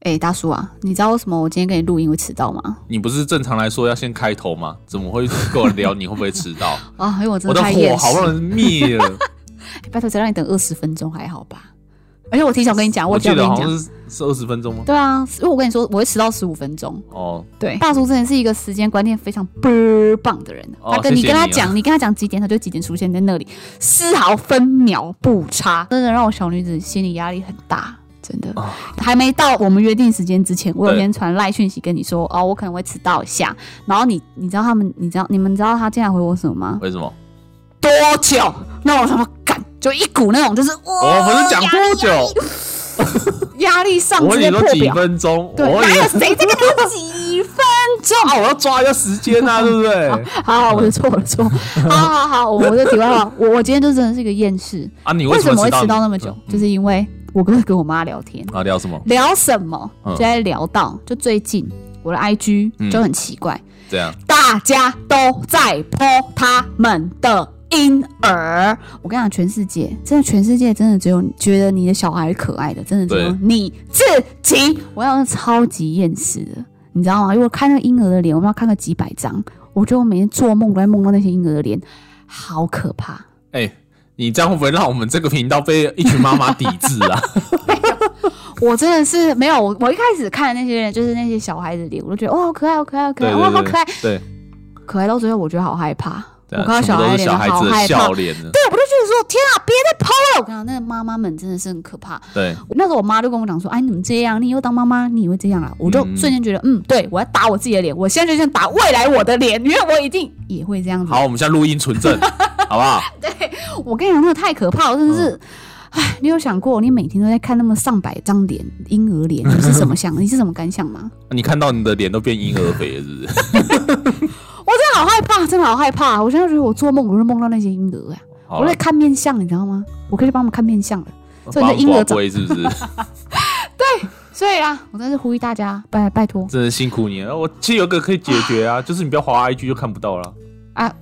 哎，大叔啊，你知道为什么我今天跟你录音会迟到吗？你不是正常来说要先开头吗？怎么会跟我聊你会不会 迟到？啊，因为我真我的的太火厌好不世，容易 灭了，拜托才让你等二十分钟，还好吧？而且我提前我跟你讲，我提前记我得跟你好讲，像是是二十分钟吗？对啊，因为我跟你说我会迟到十五分钟。哦，对，大叔真的是一个时间观念非常倍儿棒的人。哦他跟你谢谢跟他你啊讲，你跟他讲几点，他就几点出现在那里，丝毫分秒不差，真的让我小女子心理压力很大。真的，啊还没到我们约定时间之前，我有对先传赖讯息跟你说，哦，我可能会迟到一下。然后你，你知道他们，你知道你们知道他竟然回我什么吗？为什么？多久？那我他妈干，就一股那种就是，我我们是哦讲多久？压力上我直问你接说破几表。分钟？对，我问哪你有说谁在跟他几分 钟？啊，我要抓一下时间 啊，对不对？好好，我的错，我的 错。好好好，我我的题外话，我我今天就真的是一个厌世。啊，你为什么么会迟迟到嗯到那么久？就是因为我哥跟我妈聊天，啊，聊什么？聊什么嗯就在聊到，就最近我的 IG 嗯就很奇怪，这样大家都在剖他们的。婴儿，我跟你讲，全世界真的，全世界真的只有觉得你的小孩可爱的，真的只有对你自己。我要是超级厌世的，你知道吗？因为我看那个婴儿的脸，我们要看个几百张，我觉得我每天做梦都在梦到那些婴儿的脸，好可怕。哎。你这样会不会让我们这个频道被一群妈妈抵制 啊？我真的是没有，我我一开始看那些人，就是那些小孩子的脸，我都觉得哇，好可爱，好可爱，好可对爱，对哇，好对可爱，对，可爱到最后，我觉得好害怕。我对啊看到全小部都孩的是脸，小孩好子的害怕笑。脸呢。对，我就觉得说，天啊，别再抛了！我跟你讲，那个妈妈们真的是很可怕。对，那时候我妈就跟我讲说，哎，你怎么这样？你以后当妈妈，你也会这样啊？我就嗯瞬间觉得，嗯，对我要打我自己的脸，我现在就想打未来我的脸，因为我一定也会这样子。好，我们现在录音 存证，好不好？啊我跟你讲，那个太可怕了，真的是。哎，你有想过，你每天都在看那么上百张脸、婴儿脸，你是什么想？你是什么感想吗？你看到你的脸都变婴儿肥了，是不是？我真的好害怕，真的好害怕！我现在觉得我做梦，我都梦到那些婴儿啊，好我了在看面相，你知道吗？我可以帮他们看面相了。所以帮这婴儿宝长贝 是不是？所以啊，我真是呼吁大家，拜拜托真的辛苦你了。我其实有个可以解决啊，就是你不要滑 IG 就看不到了，啊！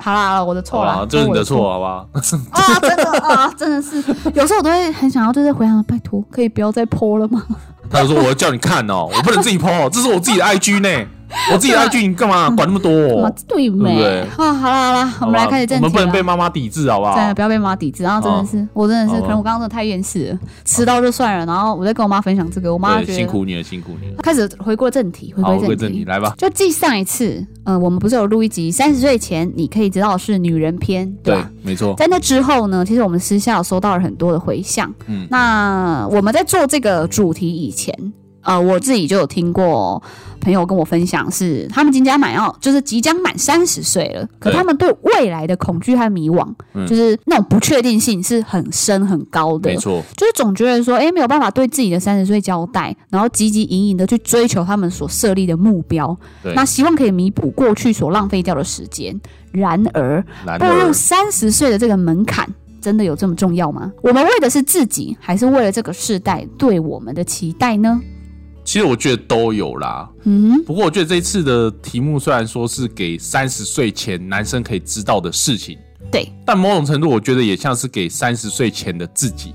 好啦，好啦我的好错吧？啦，这是你我的的 错，好吧？ 啊！真的啊，真的是，有时候我都会很想要，就是回想，拜托，可以不要再泼了吗？他就说我要叫你看哦，我不能自己 PO，这是我自己的 IG 呢，我自己的 IG 你干嘛管那么多啊哦？， 对对不没？对啊，好啦好啦，我好们吧来开始正我们题不能啦。被妈妈抵制，好不真的好？不要被妈抵制，然后真的是，我真的是，好可能我刚刚真的太厌世了，迟到就算了，然后我在跟我妈分享这个，我妈对，觉辛得苦你了，辛苦你了。开始回过正题，回好，归回归正正题题，，来吧。就继上一次，呃，我们不是有录一集三十岁前你可以知道的是女人篇，对对吧？，没错。在那之后呢，其实我们私下有收到了很多的回响。嗯那我们在做这个主题以前，呃，我自己就有听过朋友跟我分享是，他们即将满要，就是即将满三十岁了，可对他们对未来的恐惧和迷惘，嗯就是那种不确定性是很深很高的没。错，就是总觉得说，哎，没有办法对自己的三十岁交代，然后汲汲营营的去追求他们所设立的目标，对那希望可以弥补过去所浪费掉的时间。然而，男步入的三十岁的这个门槛，真的有这么重要吗？我们为的是自己，还是为了这个世代对我们的期待呢？其实我觉得都有啦。嗯，不过我觉得这一次的题目虽然说是给三十岁前男生可以知道的事情，对，但某种程度我觉得也像是给三十岁前的自己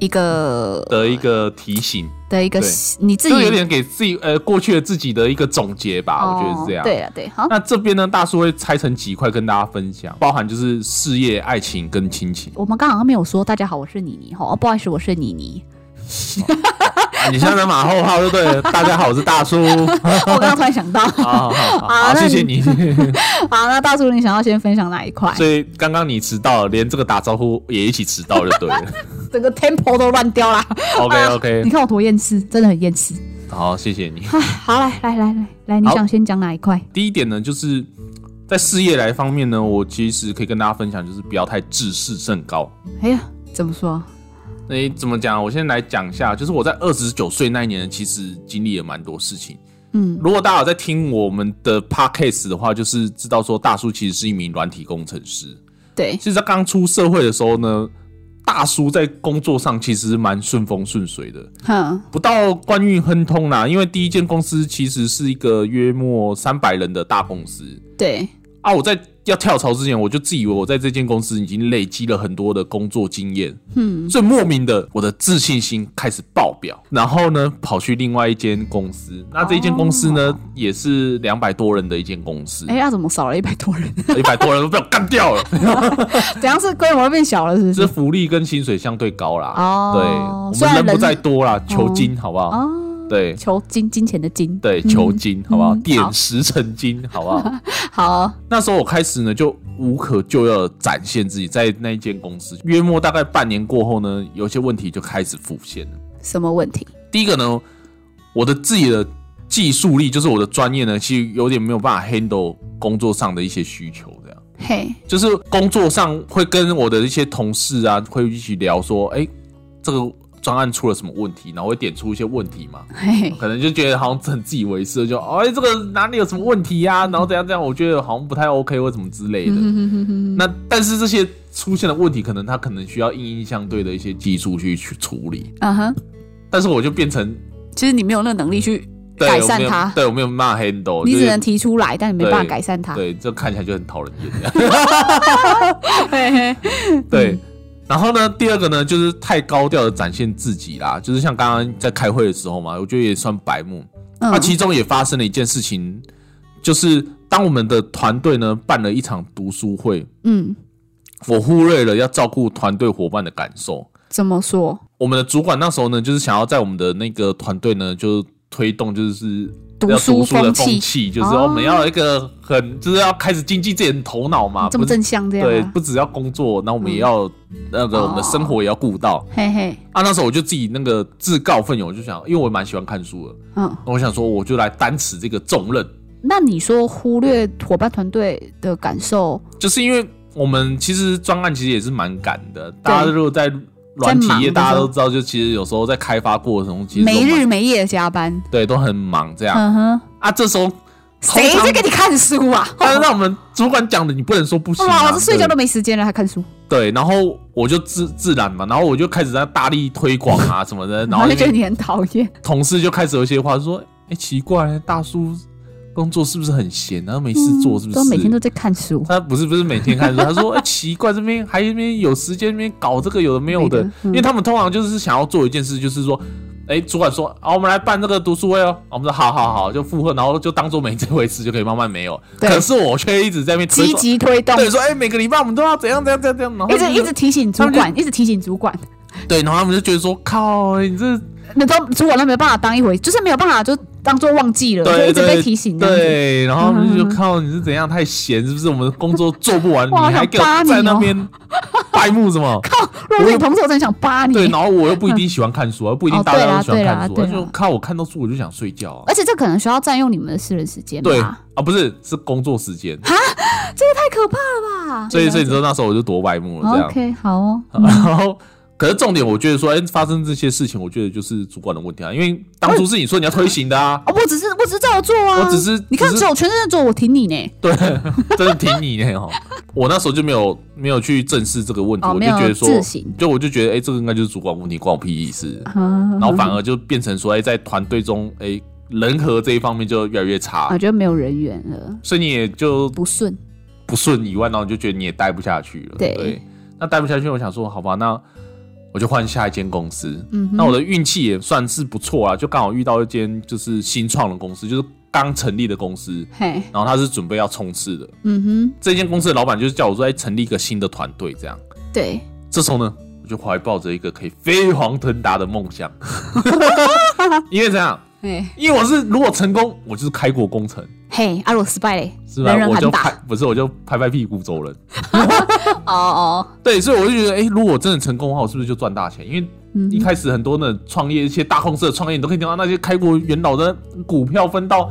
一个的一个提醒，的一个对你自己就有点给自己呃过去的自己的一个总结吧，我觉得是这样。哦、对了，对，好，那这边呢，大叔会拆成几块跟大家分享，包含就是事业、爱情跟亲情。我们刚好像没有说大家好，我是妮妮哈、哦，不好意思，我是妮 妮，啊、你现在马后炮就对了。大家好，我是大叔。我刚刚突然想到，好好好好，啊好那谢谢你。 好，那大叔，你想要先分享哪一块？所以刚刚你迟到了，连这个打招呼也一起迟到就对了。 整个 tempo 都乱掉啦。 OK 你 OK，看我多厌世，真的很厌世。好，谢谢你。唉好，来来来来来，你好想先讲哪一块？第一点呢，就是在事业来方面呢，我其实可以跟大家分享，就是不要太自视甚高。哎呀，怎么说？那你怎么讲？我先来讲一下，就是我在二十九岁那一年，其实经历了蛮多事情。嗯，如果大家有在听我们的 podcast 的话，就是知道说大叔其实是一名软体工程师。对，其实他刚出社会的时候呢，大叔在工作上其实蛮顺风顺水的，哼，不到官运亨通啦。因为第一间公司其实是一个约莫三百人的大公司，对，啊，我在要跳槽之前，我就自以为我在这间公司已经累积了很多的工作经验，嗯，所以莫名的我的自信心开始爆表。然后呢，跑去另外一间公司，那这一间公司呢、也是两百多人的一间公司，哦哎、那怎么少了一百多人？ 一百多人都被我干掉了。怎样是规模变小了？是不这是？福利跟薪水相对高啦，哦对，虽我然们人人嗯不在多啦，求精好不好？哦，对求金金钱的金，对，求精好不好？嗯好点石成金好不好？好，那时候我开始呢，就无可救药地展现自己在那一间公司。约莫大概半年过后呢，有些问题就开始浮现了。什么问题？第一个呢，我的自己的技术力，就是我的专业呢，其实有点没有办法 handle 工作上的一些需求，这样嘿，就是工作上会跟我的一些同事啊，会一起聊说，哎、这个专案出了什么问题，然后会点出一些问题嘛。嘿，可能就觉得好像很自以为是，就哎、这个哪里有什么问题呀、然后怎样怎样，我觉得好像不太 OK 或什么之类的。嗯那但是这些出现的问题，可能他可能需要硬硬相对的一些技术去去处理，嗯哼，但是我就变成其实你没有那个能力去对改我善没有它对我没有骂 handle，你就只是能提出来，但你没办法改善它。对，这看起来就很讨人厌这样。嘿嘿， 对。然后呢，第二个呢，就是太高调的展现自己啦，就是像刚刚在开会的时候嘛，我觉得也算白目。那、嗯，啊其中也发生了一件事情，就是当我们的团队呢办了一场读书会，嗯，我忽略了要照顾团队伙伴的感受。怎么说？我们的主管那时候呢，就是想要在我们的那个团队呢，就推动就是读要书读书的风风气气，就是哦我们要有一个很就是要开始经济自己的头脑嘛，这么不是正向这样对，啊？嗯哦不只要工作，那我们也要、那个我们的生活也要顾到、嘿嘿，啊。那时候我就自己那个自告奋勇，我就想，因为我蛮喜欢看书的，嗯，我想说我就来担起这个重任，那你说忽略伙伴团队的感受，就是因为我们其实专案其实也是蛮赶的，大家如果在软体在忙业，的大家时候都知道，就其实有时候在开发过程中，其实都没蛮日没夜的加班，对都很忙这样、嗯哼，啊。这时候谁通常在给你看书啊？但是让我们主管讲的，你不能说不行、啊。哇，我这睡觉对都没时间了，还看书，对，然后我就自自然嘛，然后我就开始在大力推广啊什么 的，然然后后那就觉些得你很讨厌。同事就开始有一些话说：“哎、奇怪，大叔工作是不是很闲然后没事做是不是？”嗯都每天都在看书，他不是不是每天看书，他说：“哎、奇怪，这边还那边有时间，那边搞这个有的没有的没的，嗯因为他们通常就是想要做一件事，就是说，哎、主管说啊，我们来办这个读书会哦，啊我们说好好好，就附和，然后就当做没这回事，就可以慢慢没有。对可是我却一直在那边推积说，极推动，对，说哎、每个礼拜我们都要怎样怎样怎样怎样，然后一直就一直提醒主他管，一直提醒主管，对，然后他们就觉得说，靠，你这那都主管都没有办法当一回，就是没有办法就当做忘记了，就对一直被提醒这样子。对，然后他们就靠你是怎样太闲，是不是？我们的工作做不 完，哇你还想给我扒你在那哦边白目什 么？如果是你同事，我真的想扒你。对，然后我又不一定喜欢看书啊，不一定哦大家都喜对啦欢看书对啊，啦对就啦靠我看到书我就想睡觉啊。而且这可能需要占用你们的私人时间对吧啊？，不是是工作时间，太可怕了吧！所以所以你知道那时候我就多白目了这样。 OK 好哦， 然后，可是重点我觉得说，哎，发生这些事情，我觉得就是主管的问题啊，因为当初是你说你要推行的啊，哦我只是我只是照做啊，我只是你看只是只有全身的做，我挺你呢。 真的挺你的哦。我那时候就没有没有去正视这个问题，哦我就没有觉得说自省，就我就觉得，哎，这个应该就是主管问题，关我屁事。啊然后反而就变成说，哎，在团队中，哎，人和这一方面就越来越差。我觉得没有人缘了，所以你也就不顺。不顺以外，然后你就觉得你也待不下去了。对那待不下去，我想说，好吧，那我就换下一间公司。嗯哼那我的运气也算是不错啊，就刚好遇到一间就是新创的公司，就是刚成立的公司，嘿，然后他是准备要冲刺的。嗯这间公司的老板就是叫我说，哎，成立一个新的团队这样。哼，对，这时候呢，我就怀抱着一个可以飞黄腾达的梦想， 因为怎样？嘿，因为我是如果成功，我就是开国功臣，嘿，阿罗失败嘞，是吧？人人我喊就打拍，不是我就拍拍屁股走人。 哦哦，对，所以我就觉得，哎、如果我真的成功的话，我是不是就赚大钱？因为嗯一开始很多那种创业一些大公司的创业，你都可以听到那些开国元老的股票分到，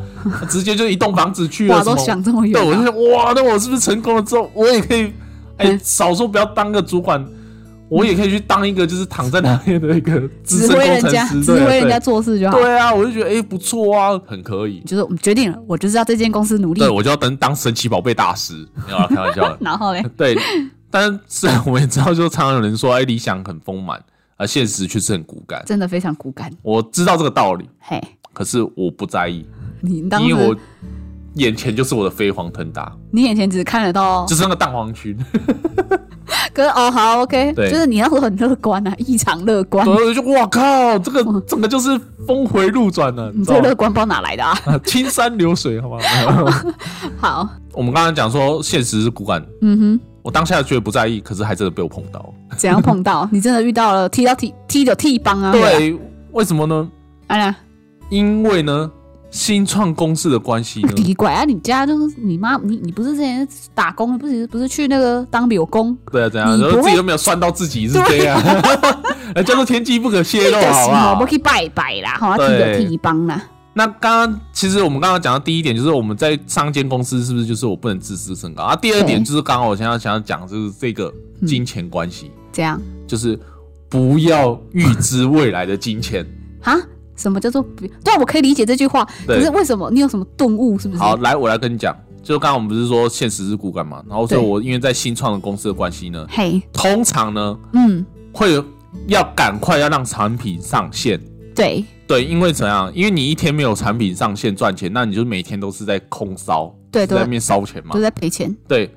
直接就一栋房子去了哇，什么。都想这么远对，我就啊，想，哇，那我是不是成功了之后，我也可以，哎、嗯少说不要当个主管，我也可以去当一个就是躺在那边的一个资指深挥工人家，程师，指对啊挥人家对做事就好。对啊，我就觉得，哎、不错啊，很可以。就是我们决定了，我就是要这间公司努力对，。我就要等当神奇宝贝大师，没有啦，开玩 笑的。然后嘞，对，但是我也知道，就常常有人说，哎，理想很丰满，而现实却是很骨感。真的非常骨感。我知道这个道理，嘿，可是我不在意，你当哦因为我时眼前就是我的飞黄腾达，你眼前只看得到就，是那个蛋黄区。可是哦好 OK，对就是你要很乐观啊，异常乐观。所以我就哇靠，这个整个就是峰回路转了，你你知这道个吗乐？观不知道哪来 的啊？啊青山流水，好吗？ 好，我们刚才讲说现实是骨感，嗯我当下觉得不在意，可是还真的被我碰到。哼，怎样碰 到？你真的遇到了踢到踢踢的踢帮啊？，对，为什么呢？哎呀，因为呢，新创公司的关系呢，奇怪啊！你家就是你妈，你你不是之前打工，不是不是去那个当表工？对啊，怎样？你然后不自会啊己都没有算到自己是这样，人家说天机不可泄露，好不好我？去拜拜啦，好啊，踢的对踢帮啦，那刚刚其实我们刚刚讲到第一点，就是我们在上间公司是不是就是我不能自视甚高啊？第二点对就是刚刚我想要想要讲就是这个金钱关系，这样就是不要预知未来的 金钱。啊？什么叫做不？对啊，我可以理解这句话，对可是为什么你有什么顿悟？是不是？好，来我来跟你讲，就刚刚我们不是说现实是骨感嘛，然后所以对我因为在新创的公司的关系呢，嘿，通常呢嗯，会要赶快要让产品上线。对，对，因为怎样？因为你一天没有产品上线赚钱，那你就每天都是在空烧，对在对那边烧钱嘛都。在赔钱，对，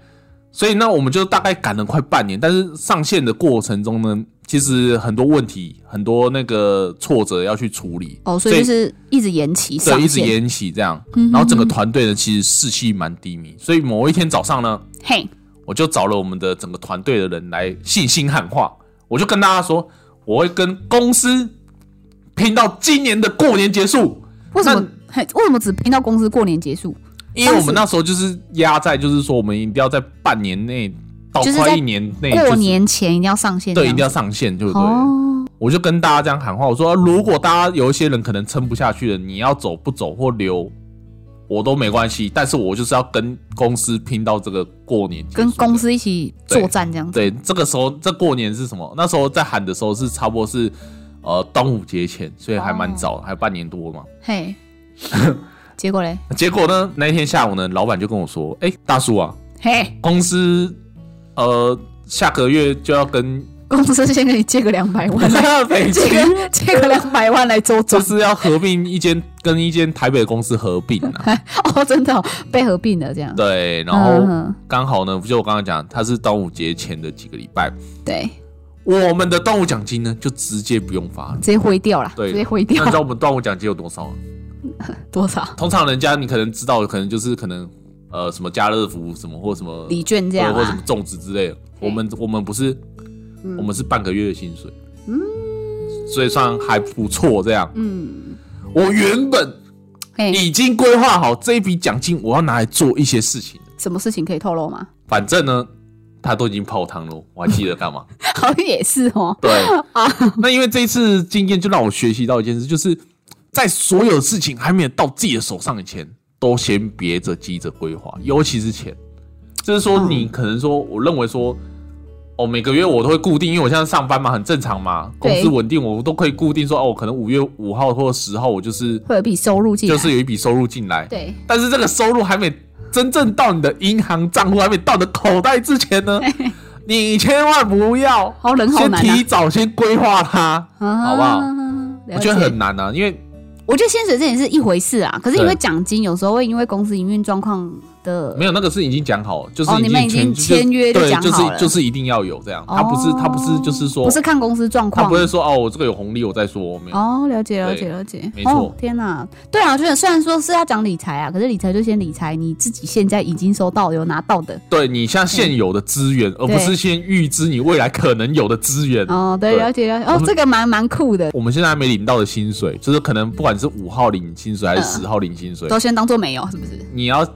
所以那我们就大概赶了快半年，但是上线的过程中呢，其实很多问题、很多那个挫折要去处理。哦，所以就是一直延期上对，一直线，延期这样，嗯然后整个团队呢其实士气蛮低迷，所以某一天早上呢，嘿，我就找了我们的整个团队的人来信心喊话，我就跟大家说，我会跟公司拼到今年的过年结束。为什么？嘿，为什么只拼到公司过年结束？因为我们那时候就是压在，就是说我们一定要在半年内到就是快在一年内、就是，过年前一定要上线这对，一样子，定要上线，就对了。哦，我就跟大家这样喊话，我说如果大家有一些人可能撑不下去了，你要走不走或留，我都没关系，但是我就是要跟公司拼到这个过年结束，跟公司一起作战这样子，对。这个时候，这过年是什么？那时候在喊的时候是差不多是呃端午节前，所以还蛮哦早，还半年多嘛。嘿，结果嘞，结果呢，那一天下午呢，老板就跟我说：“哎、大叔啊，嘿，公司呃下个月就 要跟公司先给你借个两百 万来，北借京，个借个两百万来周就转，是要合并一间跟一间台北的公司合并啊。 哦，真的哦被合并了这样，对，然后嗯，刚好呢，就我刚刚讲，它是端午节前的几个礼拜，对，我们的端午奖金呢就直接不用 发了。直接挥掉了，对直接挥那掉你知道我们端午奖金有多少吗？ 多少通常人家你可能知道，可能就是可能呃什么家乐福什么或什么呃礼券这样或者什么啊？粽子之类的。我们我们不是，嗯我们是半个月的薪水，所以算还不错这样。嗯，哎我原本嘿，已经规划好这一笔奖金，我要拿来做一些事情。什么事情可以透露吗？ 反正呢，他都已经泡汤了，我还记得干嘛？好像也是哦，对，那因为这一次经验就让我学习到一件事，就是在所有事情还没有到自己的手上以前，都先别着急着规划，尤其是钱。就是说，嗯你可能说，我认为说，哦，每个月我都会固定，因为我现在上班嘛，很正常嘛，公对司稳定，我都可以固定说，哦，我可能五月五号或十号，我就是会有一笔收入进来，就是有一笔收入进来。对，但是这个收入还没真正到你的银行账户，还没到你的口袋之前呢，你千万不要好人好先难提早先规划它，啊，好不好了我觉解得很难啊，因为我觉得薪水这也是一回事啊，可是因为对奖金有时候会因为公司营运状况的没有那个是已经讲好，就是哦你们已经已经签约就对，讲就好是了就是一定要有这样，他不是哦他不是就是说不是看公司状他况，不会说哦，我这个有红利，我再说我没有，哦，了解了对解了解，没错哦天哪，对啊，就是虽然说是要讲理财啊，可是理财就先理财，你自己现在已经收到有拿到的对你像现有的资源，嗯而不是先预知你未来可能有的资源。哦，对，对了解了解，我哦，们这个蛮蛮酷的，我们现在还没领到的薪水，就是可能不管是五号领薪水还是嗯十号领薪水，都先当做没有，是不是？你要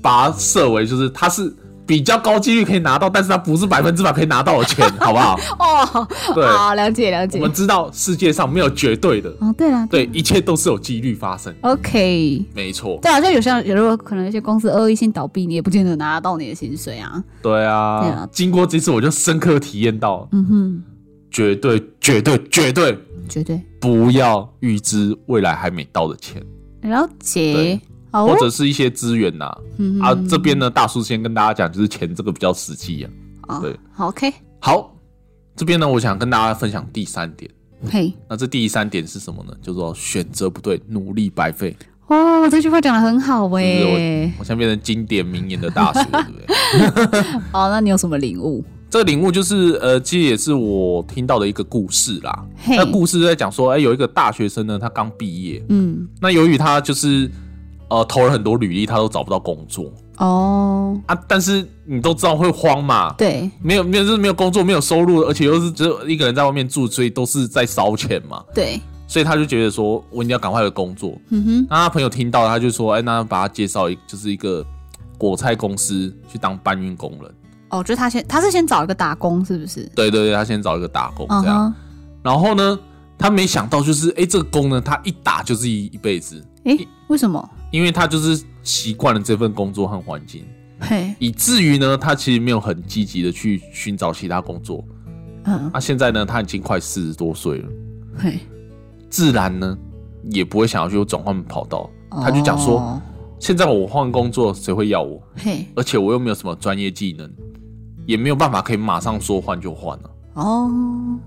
把它设为就是它是比较高几率可以拿到，但是它不是百分之百可以拿到的钱，好 不好？哦，对好，了解了我解，们知道世界上没有绝对的，哦，对了，对，一切都是有几率发生， ，OK。没错。对啊，就有些人，如果可能有些公司恶意性倒闭，你也不见得拿得到你的薪水啊。对啊，对啊经过这次我就深刻体验到，嗯哼，绝对、绝对、绝对绝对不要预知未来还没到的钱，了解对。好或哦，者是一些资源呐、嗯啊。这边呢，大叔先跟大家讲，就是钱这个比较实际啊。哦对好，OK，好，这边呢，我想跟大家分享第三点。嘿，那这第三点是什么呢？叫做选择不对，努力白费。哦，这句话讲的很好哎、是不是我想变成经典名言的大叔，对不对？哦，那你有什么领悟？这个领悟就是呃，其实也是我听到的一个故事啦。嘿那故事就在讲说，哎、有一个大学生呢，他刚毕业，嗯，那由于他就是呃投了很多履历，他都找不到工作哦，啊。但是你都知道会慌嘛，对，没有没有就是没有工作，没有收入，而且又是只有一个人在外面住，所以都是在烧钱嘛。对，所以他就觉得说，我一定要赶快有工作。嗯哼，那他朋友听到，他就说，哎、那把他介绍一就是一个果菜公司去当搬运工人。哦，就是他先，他是先找一个打工，是不是？对对对，他先找一个打工嗯这样。哼，然后呢，他没想到就是，哎、这个工呢，他一打就是一一辈子，诶、为什么？因为他就是习惯了这份工作和环境，嘿，以至于呢，他其实没有很积极的去寻找其他工作。嗯，那、现在呢，他已经快四十多岁了，嘿，自然呢也不会想要去转换跑道。他就讲说，哦现在我换工作，谁会要我？嘿，而且我又没有什么专业技能，也没有办法可以马上说换就换了、哦，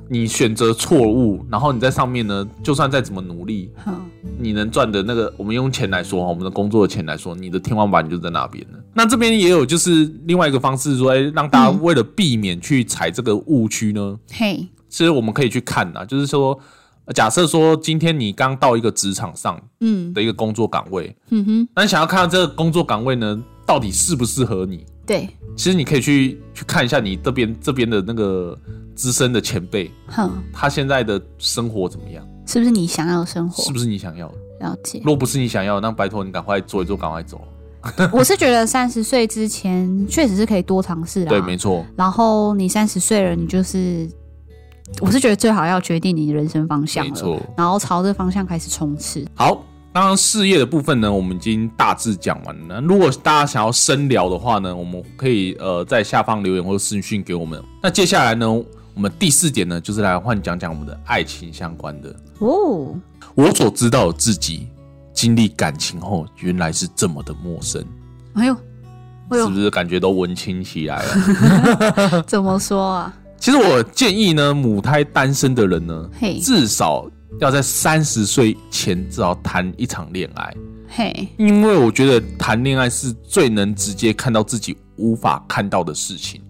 你选择错误，然后你在上面呢，就算再怎么努力，哼，你能赚的那个，我们用钱来说哈，我们的工作的钱来说，你的天花板就在那边了。那这边也有就是另外一个方式说，哎，让大家为了避免去踩这个误区呢，嘿，其实我们可以去看啊，就是说，呃假设说今天你刚到一个职场上嗯，的一个工作岗位，嗯哼，那你想要看到这个工作岗位呢，到底适不适合你？对，其实你可以去去看一下你这边这边的那个资深的前辈，哼，他现在的生活怎么样，是不是你想要的生活是？不是你想要的？了解 如。果不是你想要的，那拜托你赶快做一做，赶快走。我是觉得三十岁之前确实是可以多尝试啦。对，没错，然后你三十岁了，你就是，我是觉得最好要决定你人生方向没了，错。然后朝这方向开始冲刺。好，当然事业的部分呢，我们已经大致讲完了。如果大家想要深聊的话呢，我们可以呃在下方留言或者私讯给我们。那接下来呢，我们第四点呢，就是来换讲讲我们的爱情相关的。哦，我所知道的自己经历感情后，原来是这么的陌生，哎呦，哎是呦不，是感觉都文青起来了？ 怎么说啊？其实我建议呢，母胎单身的人呢，嘿，至少要在三十岁前至少谈一场恋爱。嘿，因为我觉得谈恋爱是最能直接看到自己无法看到的事情。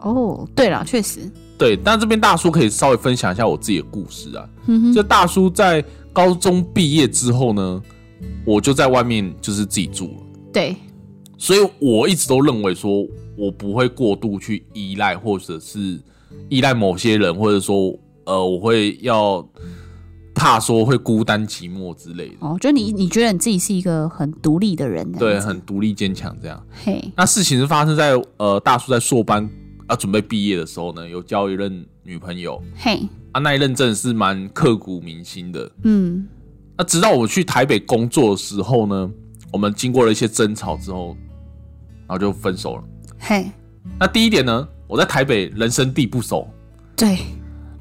哦，对了，确实，对，但这边大叔可以稍微分享一下我自己的故事啊。嗯哼，就大叔在高中毕业之后呢，我就在外面就是自己住了，对，所以我一直都认为说我不会过度去依赖，或者是依赖某些人，或者说呃，我会要怕说会孤单寂寞之类的。哦，就你你觉得你自己是一个很独立的人，这对，样子很独立坚强这样。嘿，那事情是发生在呃大叔在硕班啊准备毕业的时候呢，有交一任女朋友嘿，啊，那一任真的是蛮刻骨铭心的。嗯，那直到我去台北工作的时候呢，我们经过了一些争吵之后，然后就分手了。嘿，那第一点呢，我在台北人生地不熟，对，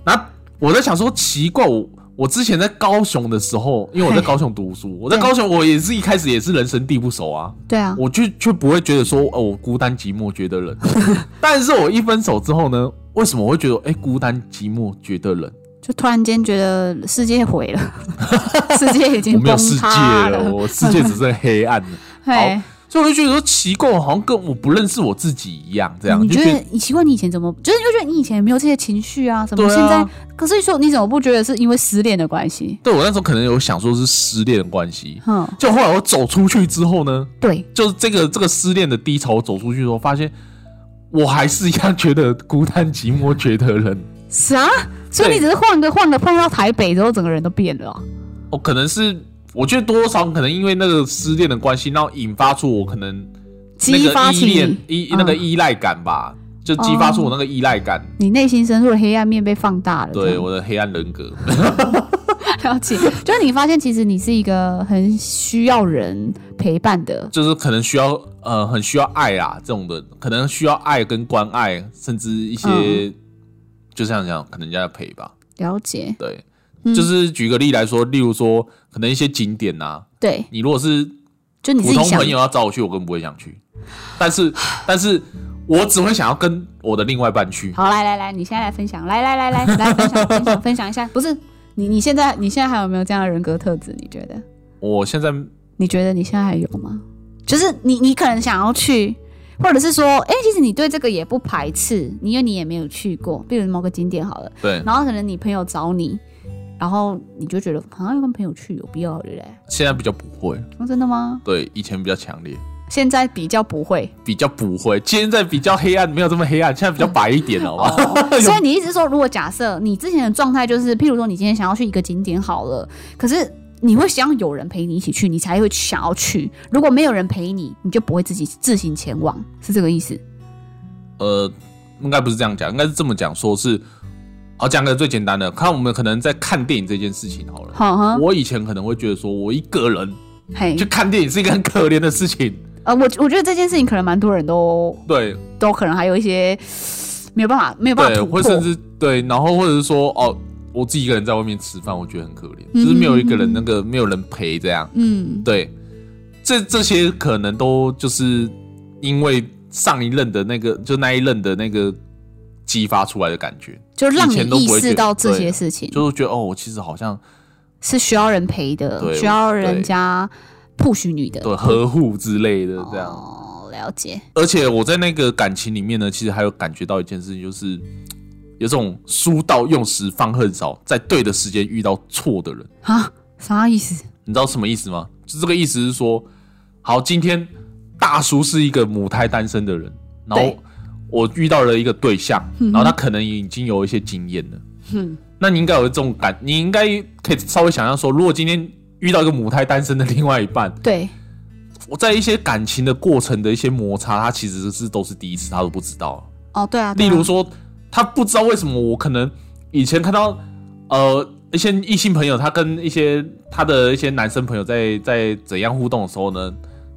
那我在想说奇怪我。我之前在高雄的时候，因为我在嘿高雄读书，我在对高雄我也是一开始也是人生地不熟啊，对啊，我就却不会觉得说，哦，我孤单寂寞觉得冷。但是我一分手之后呢，为什么我会觉得，哎、孤单寂寞觉得冷？就突然间觉得世界毁 了，世界已我经没崩有世界塌了，我世界只剩黑暗了。嘿，所以我就觉得说奇怪，我好像跟我不认识我自己一样，这样你就觉觉得得你奇怪，你以前怎么就是你会觉得你以前没有这些情绪啊？什么对现啊在？可是说你怎么不觉得是因为失恋的关系？对我那时候可能有想说是失恋的关系。哼，就后来我走出去之后呢，对，就是这个这个失恋的低潮走出去之后，发现我还是一样觉得孤单寂寞觉得冷。啥？所以你只是换个换个换到台北之后，整个人都变了啊、哦，可能是我觉得多少可能因为那个失恋的关系，然后引发出我可能那激发个起依恋你嗯依那个依赖感吧，就激发出我那个依赖感。你内心深处的黑暗面被放大了。这对样我的黑暗人格， 了解，就是你发现其实你是一个很需要人陪伴的。就是可能需要呃很需要爱啊这种的，可能需要爱跟关爱，甚至一些、嗯就像讲可能人家的陪吧。了解，对，嗯就是举个例来说，例如说可能一些景点呐、对，你如果是就你自普己通想朋友要找我去，我根本不会想去。但是，但是我只会想要跟我的另外一半去。好，来来来，你现在来分享，来来来来来分 享分享分享一下，不是你你现在你现在还有没有这样的人格特质？你觉得？我现在你觉得你现在还有吗？就是你你可能想要去，或者是说，哎、其实你对这个也不排斥，你因为你也没有去过，比如某个景点好了，对，然后可能你朋友找你，然后你就觉得好像要跟朋友去有必要的嘞。现在比较不会，哦，真的吗？对，以前比较强烈，现在比较不 会，比较不会，现在比较黑暗，没有这么黑暗，现在比较白一点，好吗？所以你意思是说，如果假设你之前的状态就是，譬如说你今天想要去一个景点好了，可是你会希望有人陪你一起去，你才会想要去。如果没有人陪你，你就不会自己自行前往，是这个意思？哦 呃，应该不是这样讲，应该是这么讲，说是，好讲个最简单的，看我们可能在看电影这件事情好了。哈哈，我以前可能会觉得说，我一个人嘿去，看电影是一个很可怜的事情，呃，我我觉得这件事情可能蛮多人都对都可能还有一些没有办法没有办法对，突破或，甚至对，然后或者是说，哦，我自己一个人在外面吃饭，我觉得很可怜，就是没有一个人那个没有人陪这样，嗯对，这这些可能都就是因为上一任的那个，就那一任的那个激发出来的感觉，就让以前你都意不会识觉到得这对些事情就是觉得哦，我其实好像是需要人陪的，对需要人对家 push 你的，对呵护之类的这样。哦，了解，而且我在那个感情里面呢，其实还有感觉到一件事情，就是有种书到用时方恨少，在对的时间遇到错的人，啊，啥意思？你知道什么意思吗？就这个意思是说，好，今天大叔是一个母胎单身的人，然后对我遇到了一个对象，然后他可能已经有一些经验了，哼那你应该有这种感，你应该可以稍微想象说，如果今天遇到一个母胎单身的另外一半，对，我在一些感情的过程的一些摩擦，他其实是都是第一次，他都不知道。哦，对啊，对例啊如说，他不知道为什么我可能以前看到呃一些异性朋友，他跟一些他的一些男生朋友在在怎样互动的时候呢，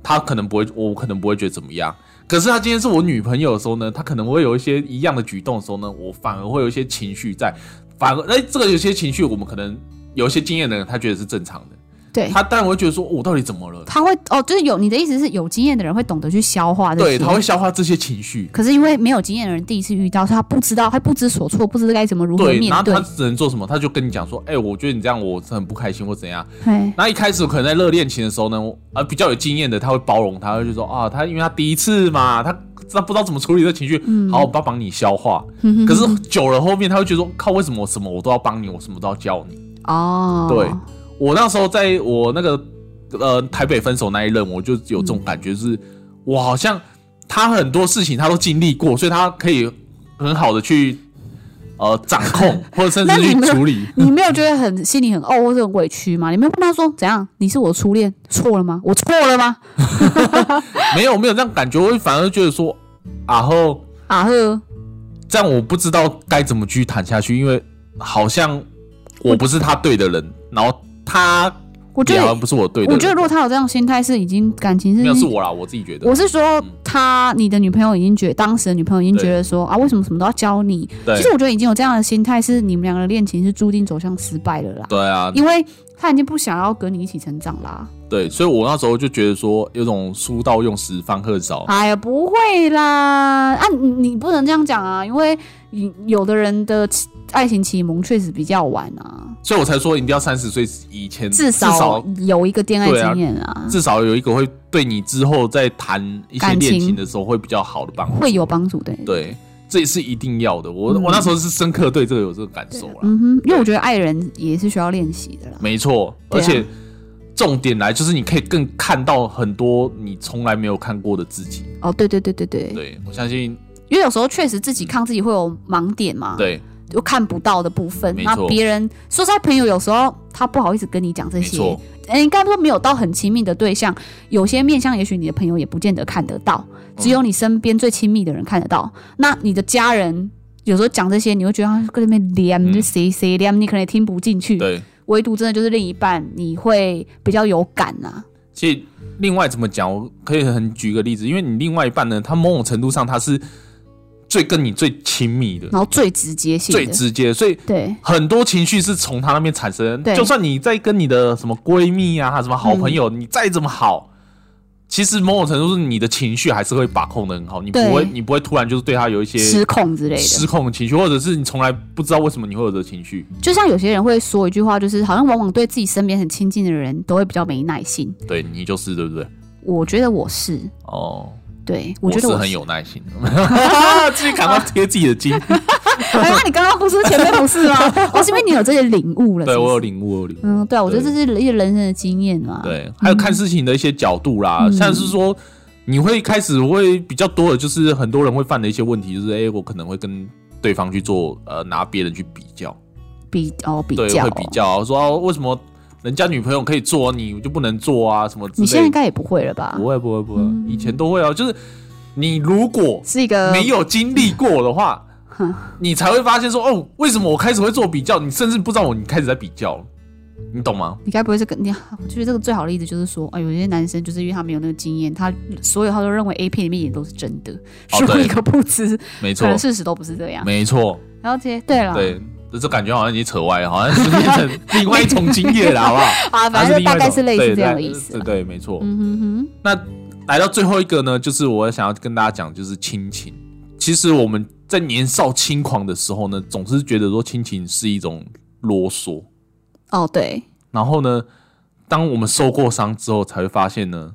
他可能不会，我可能不会觉得怎么样。可是他今天是我女朋友的时候呢，他可能会有一些一样的举动的时候呢，我反而会有一些情绪在，反而哎、这个有些情绪我们可能有一些经验的人，他觉得是正常的，对，他当然会觉得说、哦我到底怎么了？他会哦，就是有你的意思是有经验的人会懂得去消化这对，些他会。消化这些情绪。可是因为没有经验的人第一次遇到，所以他不知道，他不知所措，不知道该怎么如何对，面然后对他。只能做什么？他就跟你讲说，哎、我觉得你这样我是很不开心或怎样。嘿，那一开始可能在热恋情的时候呢，我呃，比较有经验的他会包容他，他就说啊，他因为他第一次嘛，他他不知道怎么处理这情绪，嗯好，我帮帮你消化。可是久了后面他会觉得说，靠，为什么我什么我都要帮你，我什么都要教你？哦，对我那时候在我那个呃台北分手那一任，我就有这种感觉是，我好像他很多事情他都经历过，所以他可以很好的去呃掌控，或者 甚那至你去没有处理。你没有觉得很心里很哦，或者很委屈吗？你没有跟他说怎样？你是我初恋，错了吗？我错了吗？没有没有这样感觉，我反而觉得说，然后啊呵，这样我不知道该怎么继续谈下去，因为好像我不是他对的人，然后他我觉也好得像，不是我对的人。我觉得如果他有这种心态，是已经感情是没有是我啦，我自己觉得我。是说他，你的女朋友已经觉当时的女朋友已经觉得说啊，为什么什么都要教你？对其实我觉得已经有这样的心态，是你们两个的恋情是注定走向失败的啦，对啊，因为他已经不想要跟你一起成长啦。对，所以我那时候就觉得说，有种书到用时方恨少。哎呀，不会啦，啊，你你不能这样讲啊，因为你有的人的启爱情启蒙确实比较晚啊，所以我才说一定要三十岁以前，至嗯至少少有一个恋爱对啊经验啊，至少有一个会对你之后在谈一些感情恋情的时候会比较好的帮助。会有帮助的。对对，这也是一定要的。我、我那时候是深刻对这个有这个感受啦，嗯哼，因为我觉得爱人也是需要练习的啦。没错。对而啊且重点来就是你可以更看到很多你从来没有看过的自己。哦，对对对对对，对我相信，因为有时候确实自己看自己会有盲点嘛，，嗯对，就看不到的部分。没那错别人说实在，朋友有时候他不好意思跟你讲这没些，错，嗯，应该说没有到很亲密的对象，有些面相也许你的朋友也不见得看得到，只有你身边最亲密的人看得到。那你的家人有时候讲这些，你会觉得他跟那边连，嗯就谁谁连，你可能也听不进去。对。唯独真的就是另一半，你会比较有感啊。其实另外怎么讲，我可以很举个例子，因为你另外一半呢，他某种程度上他是最跟你最亲密的、然后最直接哦性的，最直接，所以对很多情绪是从他那边产生对。嗯就算你在跟你的什么闺蜜啊、什么好朋友，你再怎么好，其实某种程度是你的情绪还是会把控的很好，你不会对你不会突然就是对他有一些失控之类的。失控的情绪，或者是你从来不知道为什么你会有这个情绪。就像有些人会说一句话，就是好像往往对自己身边很亲近的人都会比较没耐心。对你就是对不对？我觉得我是，哦，对我觉得是我很有耐心 的，自己感到贴自己的筋。 哎呀，你刚刚不是前面不是吗？ 我是因为你有这些领悟了。对是不我是有领悟，我有领悟。嗯，对啊，我觉得这对是一些人生的经验啊嘛。，对，还有看事情的一些角度嗯啦，像是说你会开始会比较多的，就是很多人会犯的一些问题，就是哎、我可能会跟对方去做呃拿别人去比较，比哦比对，较会比哦。较说、啊、为什么人家女朋友可以做，你就不能做啊什么之你现在嗯类应的。该也不会了吧不？会不会不会，以前都会啊，就是你如果是一个没有经历过的话嗯，你才会发现说哦，为什么我开始会做比较，你甚至不知道我你开始在比较了，你懂吗？你该不会是跟你？我觉得这个最好的例子就是说，哎，有些男生就是因为他没有那个经验，他所有他都认为 A 片里面也都是真的，哦殊对一个不知，没可错能，事实都不是这样。啊没错。然后这些对了，对，这这感觉好像已经扯歪了，好像是变成另外一种经验 了，好不好？啊，反它正另就大外一概种是类对似这样的对意思对啦。对，没错。嗯哼哼，那来到最后一个呢，就是我想要跟大家讲，就是亲情。其实我们在年少轻狂的时候呢，总是觉得说亲情是一种啰嗦，哦对，然后呢，当我们受过伤之后，才会发现呢，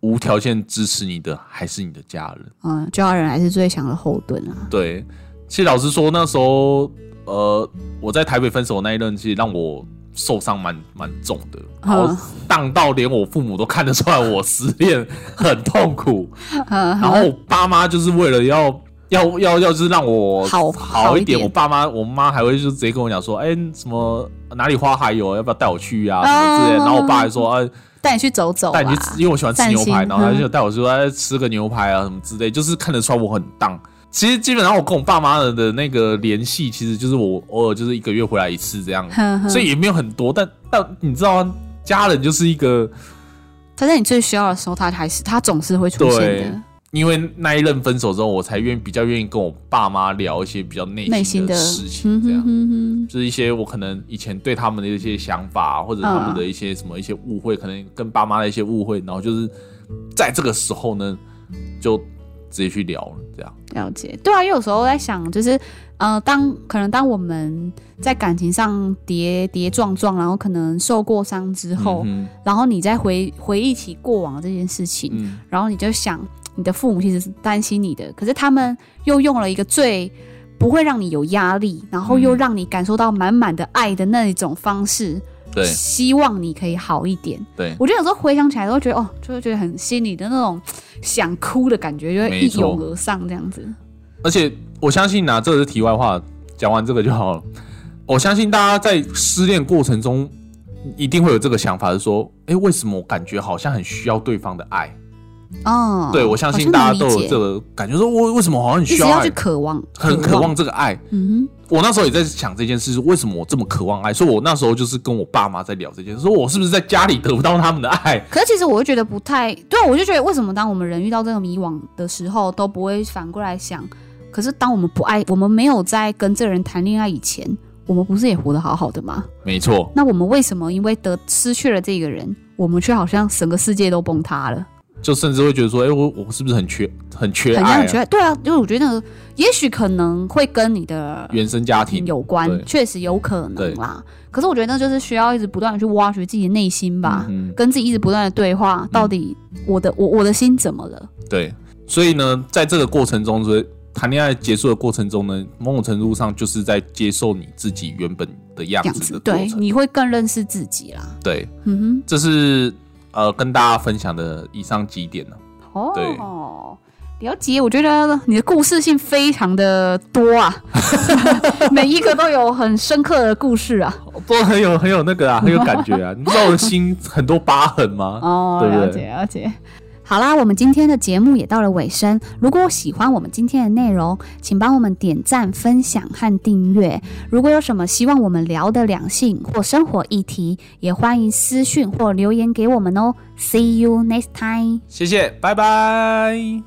无条件支持你的还是你的家人。嗯，家人还是最强的后盾啊。对，其实老实说，那时候呃，我在台北分手那一任，其实让我受伤蛮蛮重的，然后嗯荡到连我父母都看得出来我失恋很痛苦，嗯然后我爸妈就是为了要。要要要，就是让我好好好一一点。点我爸妈，我妈还会就直接跟我讲说，哎、什么哪里花海有，要不要带我去啊，什么嗯之类的。然后我爸还说，哎、带你去走走带你去啦吃，因为我喜欢吃哦散牛排，心然后他嗯就带我说哎吃个牛排啊什么之类，就是看得出来我很荡。其实基本上我跟我爸妈的那个联系，其实就是我偶尔就是一个月回来一 次这样，哼哼所以也没有很多。但但你知道啊，家人就是一个，他在你最需要的时候，他还是他总是会出对现因为那一任分手之后，我才愿意比较愿意跟我爸妈聊一些比较的内内心心的的事情，这样、嗯就是一些我可能以前对他们的一些想法，啊或者他嗯们的一些什么一些误会，可能跟爸妈的一些误会，然后就是在这个时候呢，就直接去聊了，这样。了解。对啊，因为有时候在想，就是呃，当可能当我们在感情上跌跌撞撞，然后可能受过伤之后，嗯然后你再回回忆起过往这件事情，哼然后你就想，你的父母其实是担心你的，可是他们又用了一个最不会让你有压力，然后又嗯让你感受到满满的爱的那一种方式，嗯，对希望你可以好一点。对，我觉得有时候回想起来，都会觉得哦，就会觉得很心里的那种想哭的感觉，就会一没错涌而上这样子。而且我相信啊，这个是题外话，讲完这个就好了。我相信大家在失恋过程中，一定会有这个想法，是说，哎、为什么我感觉好像很需要对方的爱？哦，对我相信大家都好像能理有解这个感觉，说我为什么好像很一需直要要爱去，渴望，很渴望。这个爱。嗯我那时候也在想这件事，是为什么我这么渴望爱？所以我那时候就是跟我爸妈在聊这件事，说我是不是在家里得不到他们的爱哼，？可是其实我会觉得不太对啊，我就觉得为什么当我们人遇到这个迷惘的时候，都不会反过来想？可是当我们不爱，我们没有在跟这个人谈恋爱以前，我们不是也活得好好的吗？ 没错，那我们为什么因为得失去了这个人，我们却好像整个世界都崩塌了？就甚至会觉得说，哎、我我是不是很缺很缺很像爱、很缺啊？爱。对啊，因为我觉得那个也许可能会跟你的原生家庭有关对，确实有可能对啦。可是我觉得那就是需要一直不断的去挖掘自己的内心吧，嗯哼跟自己一直不断的对话，到底我的、我我的心怎么了？对，所以呢，在这个过程中，所以谈恋爱结束的过程中呢，某种程度上就是在接受你自己原本的样这样子子，的对过，程。你会更认识自己啦。对，嗯这是呃跟大家分享的以上几点呢、哼，对哦。了解，我觉得你的故事性非常的多 啊，每一个都有很深刻的故事啊。都哦很有很有那个啊，很有感觉 啊！你不知道我的心很多疤痕吗？哦，对不了对解了解。好啦，我们今天的节目也到了尾声。如果喜欢我们今天的内容，请帮我们点赞、分享和订阅。如果有什么希望我们聊的两性或生活议题，也欢迎私讯或留言给我们哦。See you next time. 谢谢，拜拜。